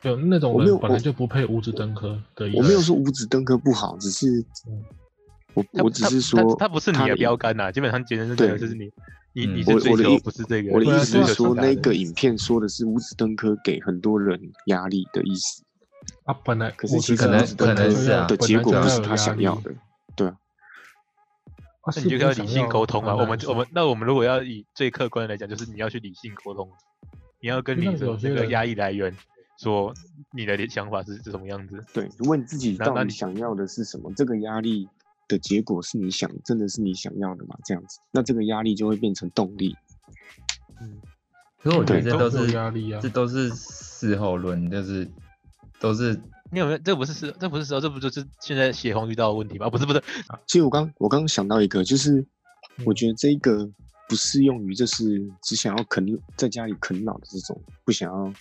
S4: 有那种
S1: 我没有
S4: 人本来就不配五指登科的意思。
S1: 我没有说五子登科不好，只是
S4: 嗯
S1: 我
S3: 他
S1: 我只
S3: 他
S1: 是
S3: 他
S1: 说
S3: 他不是你的标杆啊呐，基本上杰森是这个，
S1: 对
S3: 就是你你
S2: 嗯
S3: 你
S1: 我
S3: 是追
S1: 我的
S3: 求
S1: 意
S3: 不是这个，
S1: 我的
S4: 对
S1: 意
S4: 啊
S1: 思
S4: 对啊
S1: 是说，
S4: 对啊
S1: 那个影片说的是五子登科给很多人压力的意思，
S4: 啊，本来
S1: 可是
S4: 我
S1: 其
S4: 知
S1: 实
S4: 道
S2: 可能
S1: 五子登
S2: 可能是啊
S1: 科的结果
S4: 本
S1: 不
S4: 来就是要有
S1: 他想
S4: 压
S1: 要
S4: 力
S1: 的。对啊，
S4: 啊
S3: 那
S4: 是
S3: 你就
S4: 不
S3: 要
S4: 是
S3: 理
S4: 想
S3: 性沟通啊。
S4: 很
S3: 我
S4: 难
S3: 们
S4: 说
S3: 我们那我们如果要以最客观的来讲，就是你要去理性沟通，啊你要跟
S4: 就
S3: 你
S4: 像
S3: 的
S4: 有些
S3: 那个
S4: 人
S3: 压力来源说你的想法是是什么样子。
S1: 对，问自己
S3: 那
S1: 到
S3: 那
S1: 底
S3: 你
S1: 想要的是什么？这个压力的结果是你想真的是你想要的吗？这样子，那这个压力就会变成动力。
S2: 可是我觉得
S1: 对
S2: 这都
S4: 都
S2: 是
S4: 有压力啊
S2: 这都是事后论，就是都是
S3: 你有没有？这不是是，这不是时候，这不就是现在协皇遇到的问题吗？不是不是，
S1: 其实我刚我刚想到一个，就是我觉得这一个不适用于就是只想要啃在家里啃老的这种，不想要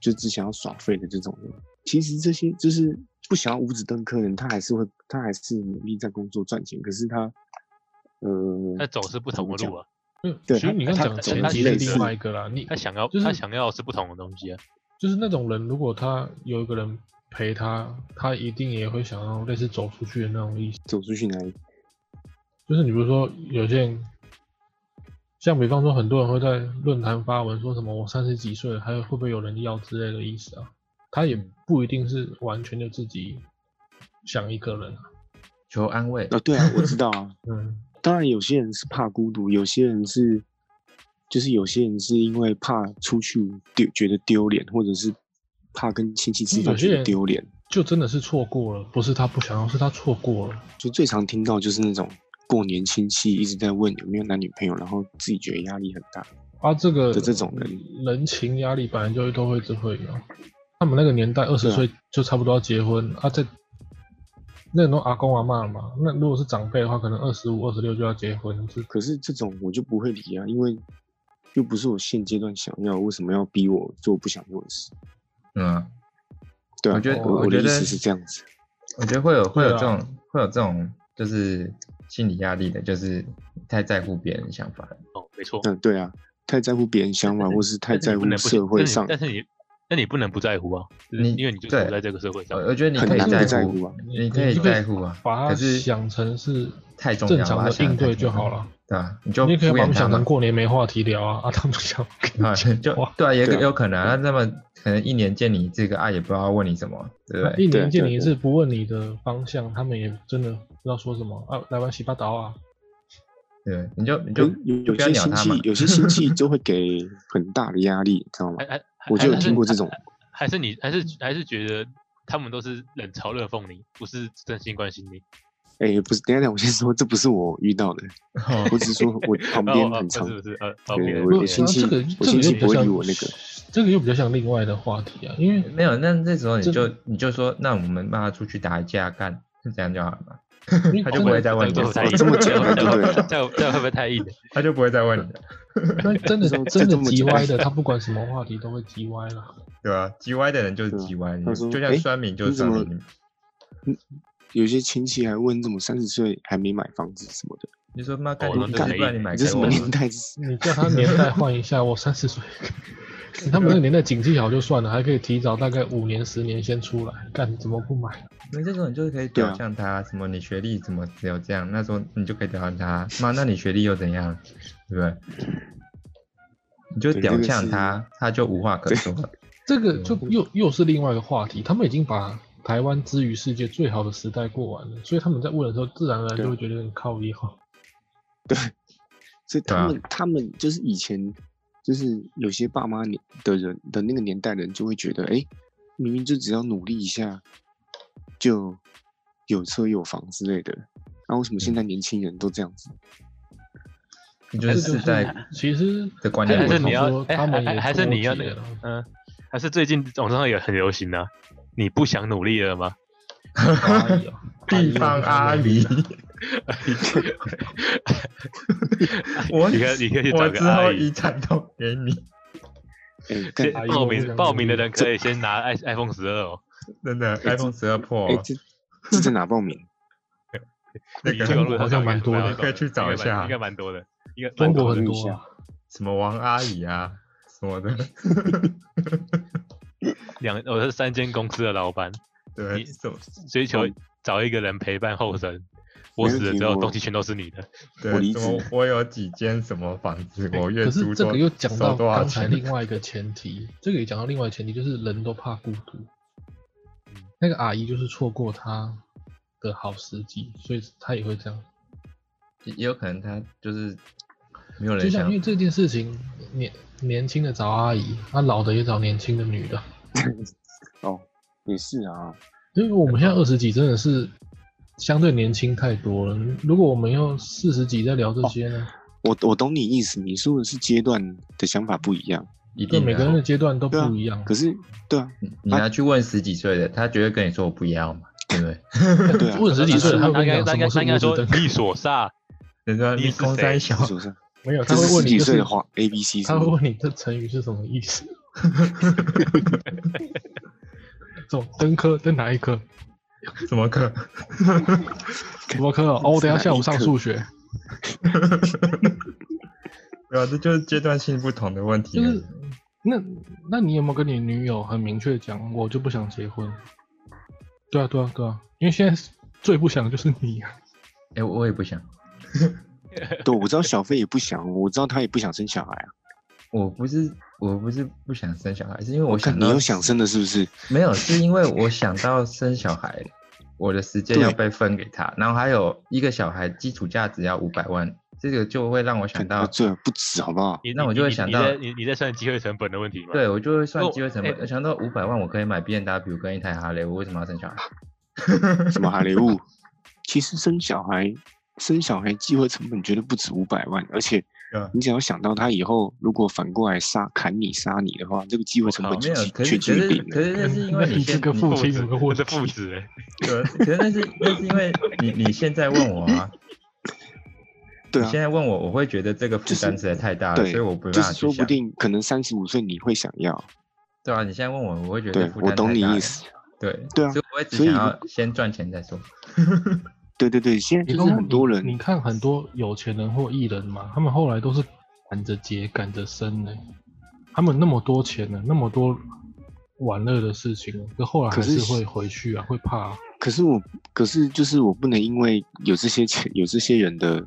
S1: 就只想要耍废的这种人。其实这些就是不想要五子登科的人，他还是会他还是努力在工作赚钱，可是他呃
S3: 他走是不同的路啊，
S4: 嗯
S1: 对
S4: 其实你
S1: 他
S4: 刚
S1: 他
S4: 讲
S1: 他
S4: 前
S3: 他
S4: 提
S3: 类
S4: 是
S3: 似
S4: 另外一个啦，
S1: 嗯
S4: 你
S3: 他想要
S4: 就是
S3: 他想要是不同的东西啊。
S4: 就是那种人，如果他有一个人陪他，他一定也会想要类似走出去的那种意思。
S1: 走出去哪里？
S4: 就是你比如说有些人，像比方说很多人会在论坛发文说什么我三十几岁了，还有会不会有人要之类的意思啊？他也
S1: 嗯
S4: 不一定是完全就自己想一个人啊。
S2: 求安慰。
S1: 啊，对啊，我知道啊。
S4: 嗯，
S1: 当然，有些人是怕孤独，有些人是，就是有些人是因为怕出去丢，觉得丢脸，或者是怕跟亲戚吃
S4: 嗯有
S1: 饭
S4: 些
S1: 觉得
S4: 人
S1: 丢脸。
S4: 就真的是错过了，不是他不想要，是他错过了。
S1: 就最常听到就是那种过年亲戚一直在问有没有男女朋友，然后自己觉得压力很大。
S4: 啊，这个
S1: 就这种人
S4: 人情压力本来就都会只会有。他们那个年代二十
S1: 对啊
S4: 岁就差不多要结婚啊，在那种阿公阿嬷了嘛，那如果是长辈的话，可能二十五、二十六就要结婚，这
S1: 可是这种我就不会理啊，因为又不是我现阶段想要，为什么要逼我做不想做的事？
S2: 嗯啊，
S1: 对啊，
S2: 我觉得
S1: 我
S2: 我
S1: 的
S2: 觉
S1: 意
S2: 得
S1: 思是这样子。
S2: 我觉得会有会有
S4: 对
S2: 这
S4: 啊
S2: 种、会有这种就是心理压力的，就是太在乎别人的想法了。
S3: 哦，没错，
S1: 嗯，对啊，太在乎别人想法，
S3: 但是
S1: 或是太
S3: 但
S1: 在
S3: 是你不
S1: 乎
S3: 能不
S1: 社会
S3: 但是你
S1: 上，
S3: 但是你那你不能不在乎啊，
S2: 你
S3: 因为你就
S2: 对
S3: 活在这个社会
S2: 我
S3: 上。
S2: 我觉得你
S1: 很
S2: 可
S1: 难不
S2: 以
S1: 在
S2: 乎
S1: 乎啊
S2: 你可以
S4: 你就
S2: 在乎啊，
S4: 把
S2: 可
S4: 它
S2: 是
S4: 想成是
S2: 太重要
S4: 正
S2: 了，
S4: 常
S2: 把它
S4: 的
S2: 想
S4: 应
S2: 太
S4: 对
S2: 重
S4: 就
S2: 要
S4: 好，了。
S2: 对啊，你就
S4: 你也可以
S2: 敷
S4: 把我
S2: 衍
S4: 们
S2: 他
S4: 想成
S2: 们。
S4: 过年没话题聊啊，啊，他们想跟
S2: [LAUGHS]
S1: [LAUGHS]
S2: 啊，
S4: 你 [LAUGHS] 讲
S2: 就
S4: 话。
S2: 对啊，也
S1: 对啊
S2: 有可能啊。那么可能一年见你这个啊，也不知道问你什么，对不
S4: 啊
S2: 对？
S4: 一
S1: 对
S4: 年见
S1: 对
S4: 你一
S1: 对
S4: 次，不问你的方向，他们也真的不知道说什么啊。来玩洗八刀啊，
S2: 对，你就你就
S1: 有哎有
S2: 就不要
S1: 些
S2: 鸟
S1: 亲
S2: 他
S1: 戚
S2: 们，
S1: 有些亲戚就会给很大的压力，你知
S2: [LAUGHS]
S1: 道吗
S2: 哎
S3: 还？还
S1: 我就有
S3: 还是
S1: 听过这种，
S3: 还是你还是还是觉得他们都是冷嘲热讽你，不是真心关心你。
S1: 哎、不是，等一下等一下，我先说，这不是我遇到的，
S2: 哦
S1: 我只是说
S2: [LAUGHS]
S1: 我旁
S3: 哦
S1: 边
S3: 哦
S1: 很
S3: 不
S1: 常
S3: 是不是呃
S1: 对
S3: OK，
S1: 我
S4: 不
S1: 我
S4: 是
S1: 亲
S4: 啊
S1: 戚
S4: 这个
S1: 我
S4: 这
S1: 亲
S4: 个
S1: 戚
S4: 又比
S1: 不会理
S4: 较像
S1: 我那个，
S4: 这个又比较像另外的话题啊，
S1: [LAUGHS]
S4: 因为
S2: 没有，那这时候你
S4: 这
S2: 就你就说，那我们骂他出去打一架干，就这样就好了嘛，
S4: 因
S2: 他就
S4: 为真
S2: 不会
S4: 的
S2: 再问你
S3: 这样
S2: 了
S3: 会不会太硬？
S1: [LAUGHS] 这么讲
S3: 这样会
S1: 对
S3: 这样这样会不会太硬了？
S2: 他就不会再问你了，
S1: [LAUGHS]
S4: 那真的
S1: 这么
S4: 真的
S1: 这么
S4: 急
S1: 讲 [LAUGHS]
S4: 歪的，他不管什么话题都会急歪了。
S2: 对吧？急歪的人就是
S1: 对啊
S2: 急歪，
S1: 他说
S2: 就像
S1: 诶
S2: 酸民就
S1: 你
S2: 是
S1: 怎
S2: 酸
S1: 么
S2: 民，
S1: 有些亲戚还问怎么三十岁还没买房子什么的，
S2: 你说妈干
S3: 哦
S2: 你
S3: 那
S1: 这
S2: 不是
S1: 个
S2: 不然你买
S1: 你这
S2: 给
S1: 什
S2: 我
S1: 么
S2: 吗，
S1: 年代？
S4: 你叫他年代换一下，我三十岁，他们那个年代景气好就算了，还可以提早大概五年、十年先出来，干怎么不买？
S2: 那这种你就是可以
S1: 对啊
S2: 表象他，什么你学历怎么只有这样，那时候你就可以表扬他，妈，那你学历又怎样，对不对？你就
S1: 对
S2: 表
S1: 这个
S2: 象
S1: 是
S2: 他，他就无话可说
S1: [LAUGHS]
S2: 了。
S4: 这个就又又是另外一个话题。他们已经把台湾之于世界最好的时代过完了，所以他们在问的时候，自然而然就会觉得很靠一号。
S1: 所以
S2: 对
S1: 他
S2: 啊
S1: 们、他们就是以前就是有些爸妈年的人的那个年代人就会觉得，哎、明明就只要努力一下就有车有房之类的，那、为什么
S2: 嗯
S1: 现在年轻人都这样子？
S2: 你觉得
S4: 这就
S2: 世代
S4: 其实
S2: 的观
S4: 还
S2: 念
S3: 还
S2: 不
S3: 是
S2: 同
S3: 你，要
S4: 我想说，
S3: 哎
S4: 他们
S3: 还
S4: 也
S3: 还是你要那
S4: 脱
S3: 个
S4: 节了，
S3: 嗯，还是最近网上也很流行的，你不想努力了吗？
S4: 阿姨哦
S2: [LAUGHS] 地方阿姨，
S1: [LAUGHS]
S2: 我
S3: 你可以你可以去
S2: 我
S3: 找
S2: 之
S3: 个阿
S2: 后
S3: 姨
S2: 遗。产都给你，
S1: 哎、干
S3: 先
S4: 阿姨
S3: 报
S4: 我不
S3: 名
S4: 想
S3: 报
S4: 努
S3: 名的
S4: 力
S3: 人可以先拿 i iPhone 十二哦，
S2: 真的
S1: 这
S2: iPhone 十二 Pro
S1: 哎、这这在哪报名？
S2: 那
S3: 你
S2: 个
S3: 去网
S4: 中
S3: 络上
S4: 国好像
S3: 找
S4: 蛮多的
S3: 蛮
S2: 可以去找一下
S3: 应该蛮多的，应该
S4: 中
S3: 蛮
S4: 国
S3: 多的
S4: 很
S1: 考
S4: 多
S1: 虑一
S4: 啊
S1: 下，
S2: 什么王阿姨啊什么的，
S3: 两，我是三间公司的老板，
S2: 对，
S3: 你
S2: 什么
S3: 追求
S1: 嗯
S3: 找一个人陪伴后生。我
S1: 没问
S3: 死了
S1: 题
S3: 之后，
S1: 我
S3: 东西全都是
S4: [LAUGHS]
S3: 你的。
S1: 我
S2: 对，
S1: 离
S2: 什么
S1: 职
S2: 我有几间什么房子，我月
S4: 哎可
S2: 租
S4: 是这
S2: 多啊
S4: 个又讲
S2: 收
S4: 到
S2: 多少
S4: 刚才
S2: 钱？[LAUGHS]
S4: 另外一个前提，这个也讲到另外一个前提，就是人都怕孤独
S3: 嗯。
S4: 那个阿姨就是错过她的好时机，所以她也会这样。
S2: 也也有可能他就是没有
S4: 就
S2: 人
S4: 像
S2: 想
S4: 因为这件事情，年年轻的找阿姨，那老的也找年轻的女的。
S1: 哦，也是啊，
S4: 因为我们现在二十几真的是相对年轻太多了。如果我们要四十几再聊这些呢，
S1: 我我懂你意思，你说的是阶段的想法不一样，
S2: 一
S4: 对
S2: 定
S4: 每个人的
S2: 的。
S4: 阶段都不一样。 [LAUGHS]
S1: 可是对啊，
S2: 你你拿去问十几岁的，他绝对跟你说我不要嘛，对不对？
S1: 对啊，
S4: 问十几岁，他
S3: 他应
S4: 会跟
S3: 该他
S4: 你讲
S3: 应该他
S4: 什
S3: 应
S4: 么
S3: 该
S4: 是无
S3: 说
S4: 指灯，
S3: 利索煞，
S2: 人家
S3: 你
S2: 立
S3: 是
S2: 功
S3: 谁
S2: 三小， [LAUGHS]
S1: 是不是？
S4: 没有，他
S1: 这
S4: 会
S1: 是十
S4: 问你
S1: 几
S4: 就
S1: 岁
S4: 是
S1: 的话，A B C 是
S4: 他
S1: 吗
S4: 会问你这成语是什么意思。走，登科登哪一科？
S2: 什么课？
S4: 什么科
S1: [LAUGHS]
S4: 哦？哦，我等一下下午上数学。
S2: [LAUGHS] 对啊，这就是阶段性不同的问题啊
S4: 就
S2: 而已。
S4: 是那那你有没有跟你女友很明确讲，我就不想结婚？对啊，对啊，对啊，因为现在最不想的就是你啊。
S2: 哎、我我也不想，
S1: 对，我知道小飞也不想，我知道他也不想生小孩啊。
S2: 我不是我不是不想生小孩，是因为我
S1: 看
S2: 想
S1: 你
S2: 到
S1: 又想生了是不是？
S2: 没有，是因为我想到生小孩，我的时间
S1: 对
S2: 要被分给他，然后还有一个小孩基础价值要五百万，这个就会让我想
S1: 看
S2: 到，
S1: 这啊不止好不好？
S3: 你
S2: 那
S3: 你
S2: 我就会
S3: 你
S2: 想
S3: 你
S2: 到
S3: 在你你在算机会成本的问题吗？
S2: 对我就会算机会成
S3: 哦
S2: 本，想到五百万我可以买 B N W 跟一台哈雷，我为什么要生小孩？
S1: 什么哈雷
S2: [LAUGHS]
S1: 物？其实生小孩，生小孩机会成本绝对不止五百万，而且
S2: 对啊
S1: 你只要想到他以后如果反过来杀砍你杀你的话，这个机会成
S3: 我
S1: 本
S3: 靠
S2: 没
S1: 就
S2: 有，可
S1: 却
S2: 是可
S1: 绝
S2: 是
S1: 顶
S2: 可
S1: 了。
S2: 是那是因为
S4: 那
S2: 你
S4: 你这
S2: 现
S4: 个父亲有个
S3: 我
S4: 问
S3: 是
S4: 题，
S3: 父子哎，
S2: 可可是那是那是因为你你现在问我啊，
S1: 对
S2: 你
S1: 啊
S2: 现，在问我，我会觉得这个负
S1: 就是
S2: 担实在太大了，
S1: 对
S2: 所以我没
S1: 就
S2: 办法
S1: 是
S2: 去
S1: 说不
S2: 想。
S1: 定可能三十五岁你会想要，
S2: 对啊，你现在问我，我会觉得
S1: 对
S2: 负
S1: 我
S2: 担
S1: 懂
S2: 太
S1: 你
S2: 大了
S1: 意思。
S2: 对
S1: 对啊
S2: 所以我会只
S1: 所以
S2: 想
S1: 如
S2: 要先赚钱再说。
S1: 对对对，现在
S4: 你
S1: 就是
S4: 看看
S1: 很多人
S4: 你，你看很多有钱人或艺人嘛，他们后来都是赶着结、赶着生呢、他们那么多钱呢、那么多玩乐的事情，可后来还
S1: 可是
S4: 是会回去啊，会怕啊、
S1: 可是我，可是就是我不能因为有这些钱，有这些人的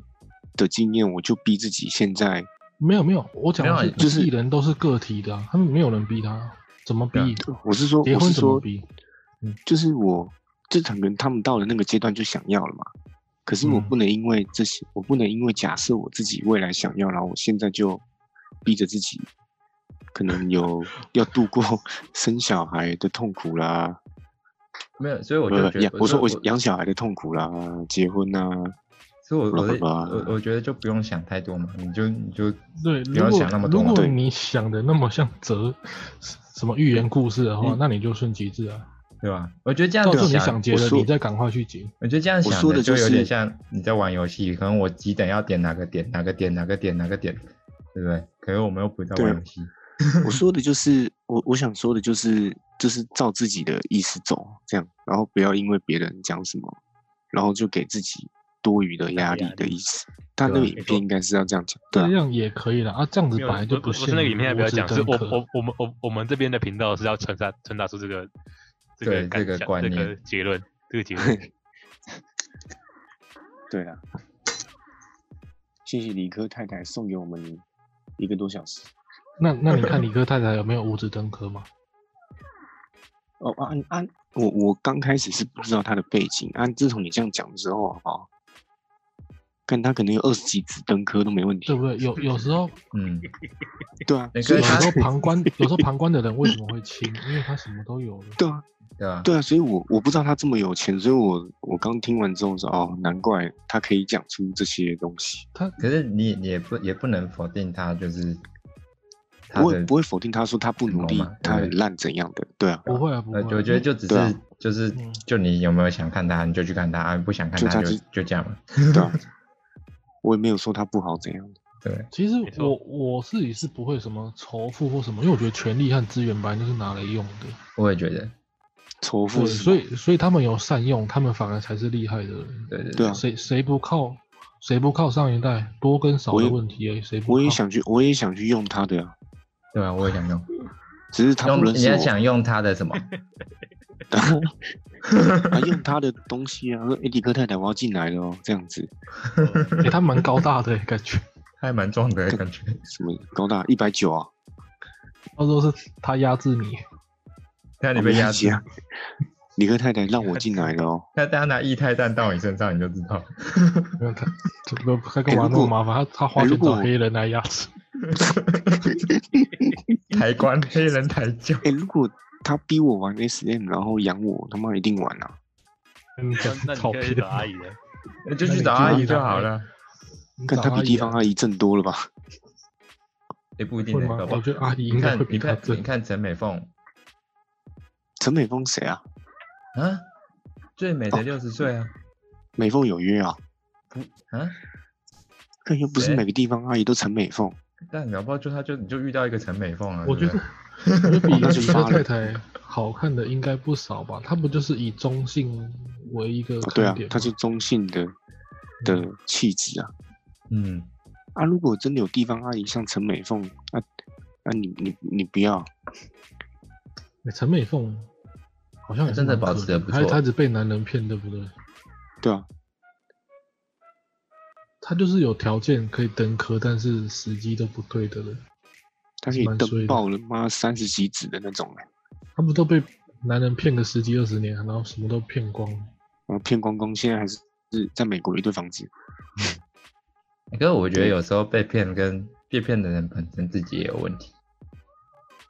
S1: 的经验，我就逼自己现在
S4: 没有没有，我讲
S2: 没有
S4: 的
S2: 啊
S4: 是
S1: 就是
S4: 艺人都是个体的、啊，他们没有人逼他，怎么逼
S2: 对啊？
S1: 我是说，
S4: 结
S1: 我
S4: 婚
S1: 是
S4: 怎么
S1: 说，
S4: 逼？
S1: 就是我，就可能他们到了那个阶段就想要了嘛。可是我
S4: 嗯
S1: 不能因为这些，我不能因为假设我自己未来想要，然后我现在就逼着自己，可能有要度过 [LAUGHS] 生小孩的痛苦啦，
S2: 没有，所以我
S1: 不
S2: 就
S1: 呃不
S2: 觉得
S1: 养，，我说我
S2: 所以
S1: 养小孩的痛苦啦，结婚啊啦，
S2: 所以我我的
S1: 爸爸
S2: 我我觉得就不用想太多嘛，你就你就
S4: 对，
S2: 不
S4: 如
S2: 要
S4: 果
S2: 想那么多
S4: 如
S2: 嘛。
S4: 果
S1: 对
S4: 你想的那么像哲什么寓言故事的话，
S1: 嗯
S4: 那你就顺其自然。
S2: 对吧？我觉得这样
S4: 到时
S2: 子
S4: 候你想
S2: 想，
S4: 结
S1: 我
S4: 了，
S1: 说
S4: 你再赶快去结。
S2: 我觉得这样
S1: 我
S2: 想
S1: 说的就
S2: 就有点
S1: 是
S2: 像你在玩游戏，可能我几点要点哪个点，哪个点，哪个点，哪个点，对不对？可是我们又不在
S1: 对
S2: 玩游戏，
S1: 我说的就是我我想说的就是就是照自己的意思走，这样，然后不要因为别人讲什么，然后就给自己多余的压力的意思。他那个
S3: 对啊
S1: 影
S3: 没错
S1: 片应该是要这样讲，对啊
S4: 这，样也可以了啊，这样子
S3: 没有
S4: 本来就
S3: 不是
S4: 限
S3: 不是那个
S4: 于
S3: 影片还不
S4: 物
S3: 要
S4: 质
S3: 讲，是
S4: 登
S3: 我
S4: 科
S3: 我我们我我们这边的频道是要传达传达出这个这
S2: 对
S3: 个
S2: 这
S3: 感
S2: 个
S3: 想
S2: 观
S3: 这
S2: 念
S3: 个结论这个结
S4: [LAUGHS]
S3: 论
S1: 对啊。谢谢理科太太送给我们一个多小时。
S4: 那那你看理科太太有没有五指
S3: [LAUGHS]
S4: 登科吗？
S1: 哦，安、啊、安、我我刚开始是不知道他的背景，安、自从你这样讲之后，好不好？看啊哦他可能有二十几次登科都没问题
S4: 对。不对？有有时
S3: [LAUGHS]
S4: 候
S2: 嗯，
S1: 对啊，
S2: 那
S1: 所
S2: 个
S1: 以
S4: 有
S2: 他
S4: 时候旁观有时候旁观的人为什么会轻？因为他什么都有了。
S1: 对啊，
S2: 对吧？
S1: 对啊，所以我我不知道他这么有钱，所以我我刚听完之后说，哦，难怪他可以讲出这些东西。
S3: 啊
S2: 可是你也你也不也不能否定他，就是他
S1: 不会
S2: 的
S1: 不会否定他说他不努
S2: 成功
S1: 力
S2: 嘛，
S1: 他
S2: 对
S1: 很烂怎样的，对啊，
S4: 不会啊，不会
S2: 呃
S4: 啊。，
S2: 我觉得就只是、
S1: 对啊
S2: 就是
S4: 嗯
S2: 就你有没有想看他，你就去看他，啊、不想看
S1: 就
S2: 他
S1: 他
S2: 就
S1: 就
S2: 就这样嘛。
S1: 对
S2: [LAUGHS]
S1: 啊，我也没有说他不好怎样的，
S2: 对，
S4: 其实
S3: 没错
S4: 我我自己是不会什么仇富或什么，因为我觉得权力和资源本来就是拿来用的。
S2: 我也觉得，
S1: 仇
S4: 对，
S1: 富是
S4: 所以所以他们有善用，他们反而才是厉害的人。
S2: 对对
S1: 对啊
S4: 谁谁不靠谁不靠上一代多跟少
S1: 我
S4: 的
S1: 也
S4: 问题而已，谁不靠？
S1: 我
S2: 哦
S1: 也想去，我也想去用他的啊，
S2: 对啊，我也想用
S1: 只是他不
S2: 用，
S1: 认
S2: 你
S1: 识
S2: 要
S1: 我，
S2: 想用他的什 [LAUGHS] 么？ [LAUGHS]
S1: 啊用他的东西啊，说诶迪克太太我要进来了哦，这样子，
S4: [LAUGHS]
S3: 哦
S4: 诶，他蛮高大的感觉，
S2: 他还蛮壮的感觉。
S1: 什么高大一百九啊，
S4: 到时候是他压制你。
S2: 看你
S1: 哦
S2: 被
S1: 没
S2: 压
S1: 关系
S2: 制，
S1: 啊，迪克太太让我进来了哦，
S2: 那大家拿液态弹到你身上，你就知道。
S4: 没有他，这个他干嘛那么麻烦？他他花
S1: 诶如
S4: 钱找
S1: 果
S4: 黑人来压制，
S2: 抬棺黑人抬轿，
S1: 哎、如果他逼我玩 SM，然后养我，他妈一定玩啊！[LAUGHS]
S4: 跟你讲
S3: 那哎那你
S4: 照
S3: 可以去
S4: 片
S3: 找，阿姨了，
S2: [LAUGHS] 那就去找阿姨就好了。
S4: 你
S1: 看
S4: 找
S1: 他比地
S4: 啊
S1: 方阿姨挣多了吧？ [LAUGHS]
S2: 也不一定
S4: 会
S2: 能
S4: 吗
S2: 搞？不
S4: 我
S2: 好
S4: 觉得阿姨应
S2: 啊你
S4: 该
S2: 看
S4: 会，
S2: 你
S4: 比他
S2: 看，你
S4: 正。
S2: 看陈美凤
S1: 陈美凤谁啊？
S2: 啊，最美的六十岁啊
S1: 美凤有约啊？
S2: 啊！
S1: 看又不是
S2: 谁
S1: 每个地方阿姨都陈美哦凤，
S2: 但搞不好就他就你就遇到一个陈美凤啊。
S4: 我觉
S2: 对不 [LAUGHS] 对，
S4: 得我觉得比
S1: 那就
S4: 比
S1: 发
S4: 克
S1: 了
S4: 太太好看的应该不少吧？她不就是以中性为一个
S1: 哦对啊
S4: 看点，
S1: 她是
S4: 吗
S1: 中性的的气质啊。
S2: 嗯，
S1: 啊，如果真的有地方阿姨像陈美凤，啊啊你你你不要，
S4: 诶哎陈美凤好像也是
S2: 真的
S4: 蛮
S2: 保
S4: 可
S2: 持得
S4: 怜
S2: 不
S4: 她
S2: 错
S4: 她一直被男人骗，对不对？
S1: 对啊，
S4: 她就是有条件可以登科，但是时机都不对的人。
S1: 她可以
S4: 蛮衰
S1: 登
S4: 的
S1: 爆了妈三十几子的那种、欸，
S4: 她不都被男人骗个十几二十年，然后什么都骗光了？
S1: 然后骗光光，现在还是是在美国有一堆房子。
S2: 可是我觉得有时候被骗跟被骗的人本身自己也有问题。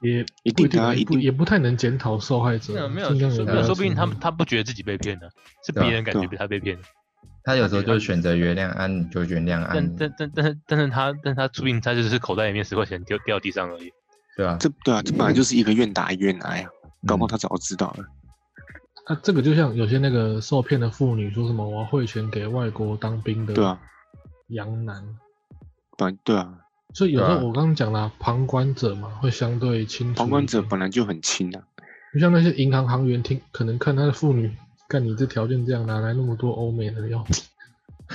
S4: 也
S1: 一定
S4: 不一定
S1: 的啊
S4: 啊，也
S1: 一
S4: 不
S1: 定
S4: 也不太能检讨受害
S3: 没
S4: 者
S3: 有
S4: 啊，
S3: 没有，
S4: 尽量
S3: 说
S4: 也
S3: 不
S4: 要
S3: 定说不定
S4: 尽
S3: 他
S4: 量
S3: 他不觉得自己被骗的，是
S2: 对啊
S3: 别人感
S1: 对
S3: 觉
S1: 啊
S3: 被他被骗的，
S2: 他有时候就选择原谅啊，你就原谅啊，
S1: 嗯
S3: 但
S2: 你
S3: 但但但是但是他但是他注定他就是口袋里面十块钱掉掉地上而已，
S2: 对吧？
S1: 这对啊，这本来就是一个愿打一个愿挨啊，搞不好
S2: 嗯
S1: 他早就知道了。
S4: 啊，这个就像有些那个受骗的妇女说什么我要汇钱给外国当兵的
S1: 对啊，
S4: 洋男，
S1: 本来对啊，
S4: 所以有时
S2: 对啊
S4: 候我刚刚讲了、旁观者嘛，会相对清楚。
S1: 旁观者本来就很轻啊，
S4: 就像那些银行行员听，可能看他的妇女，看你这条件这样，哪来那么多欧美的要？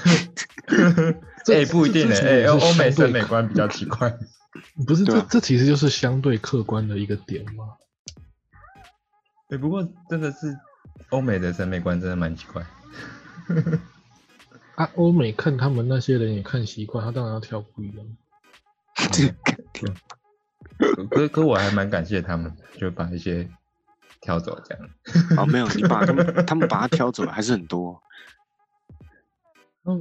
S2: [LAUGHS]
S4: 这
S2: 哎，不一定
S4: 这
S2: 呢，
S4: 这
S2: 哎，
S4: 这
S2: 欧欧美
S4: 是相
S2: 审
S4: 对
S2: 美
S4: 客
S2: 观比较奇怪。 [LAUGHS]
S4: 不是
S1: 对
S4: 这
S1: 啊
S4: 这其实就是相对客观的一个点嘛。
S2: 哎，不过真的是欧美的审美观真的蛮奇怪。
S4: 啊，欧美看他们那些人也看习惯，他当然要挑不一样。
S3: 哦
S2: 嗯可可我还蛮感谢他们，就把一些挑走这样。
S1: 啊，没有，你把他
S3: [LAUGHS]
S1: 们他们把他挑走了，还是很多。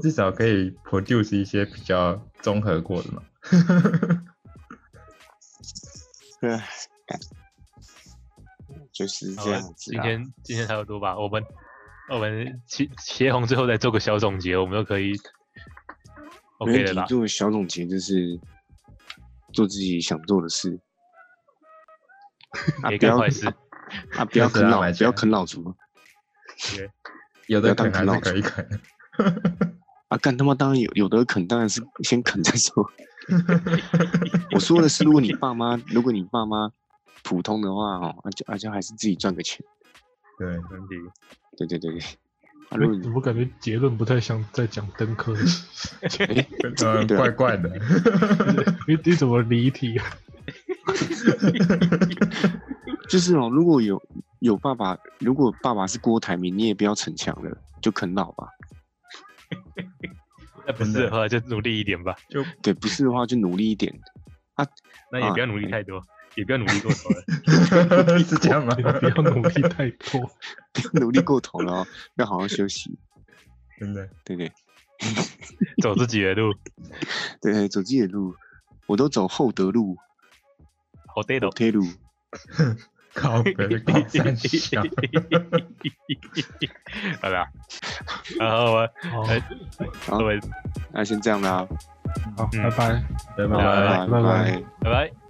S2: 至少可以 produce 一些比较综合过的嘛。
S1: 对，就是
S3: 好
S1: 这
S3: 吧
S1: 样，子
S3: 今
S1: 啊。
S3: 天今天差不多吧，我们我们协协红最后再做个小总结，我们就可以
S1: 没
S3: OK
S1: 问
S3: 了
S1: 题
S3: 啦。
S1: 做小总结就是做自己想做的事。啊，
S3: 别 [LAUGHS]
S1: 不
S3: 干
S1: 要
S3: 坏事，
S1: 啊，不
S3: [LAUGHS]
S1: 要
S2: 就是
S1: 啃
S2: 要
S1: 老
S2: 买，
S1: 不要
S2: 起来
S1: 啃老族
S2: 有的
S1: 不
S2: 可
S1: 要当
S2: 能还是可以啃的。
S1: 啊！干他妈当然有有的啃，当然是先啃再
S3: [LAUGHS]
S1: 说。我说的是，如果你爸妈，如果你爸妈普通的话哦，啊就啊就还是自己赚个钱。
S2: 对，
S3: 没问题。
S1: 对对对对，啊，如果
S4: 怎
S1: 你
S4: 么感觉结论不太像在讲登科？
S2: 呃，
S1: 对啊
S2: 怪怪的。 [LAUGHS]
S4: 你你怎么离题啊？
S1: 就是哦，如果有有爸爸，如果爸爸是郭台铭，你也不要逞强了，就啃老吧。
S3: 那不是的话就努力一点吧，
S2: 就
S1: 对，不是的话就努力一点。
S3: 那也
S1: 啊
S3: 不要努力太多，也不要努力过头了。
S2: 是这样吗？[LAUGHS]
S4: [LAUGHS] 你不要努力太多。
S1: 努力过头了哦，要好好休息，
S2: 真的，
S1: 对不对？
S3: 走自己的路，
S1: 对对，走自己的路，我都走厚德路、
S3: 好 [LAUGHS] d
S1: 厚
S3: e
S1: 贴路，
S2: 靠北靠山小，
S3: 好啦， [LAUGHS] 然后我
S4: 好，
S3: 哎
S1: 好
S3: 我们
S1: 那先这样啦，
S4: 好，
S3: 嗯
S4: 拜拜。
S2: 拜
S3: 拜
S1: 拜
S2: 拜。
S4: 拜拜
S1: 拜
S3: 拜拜。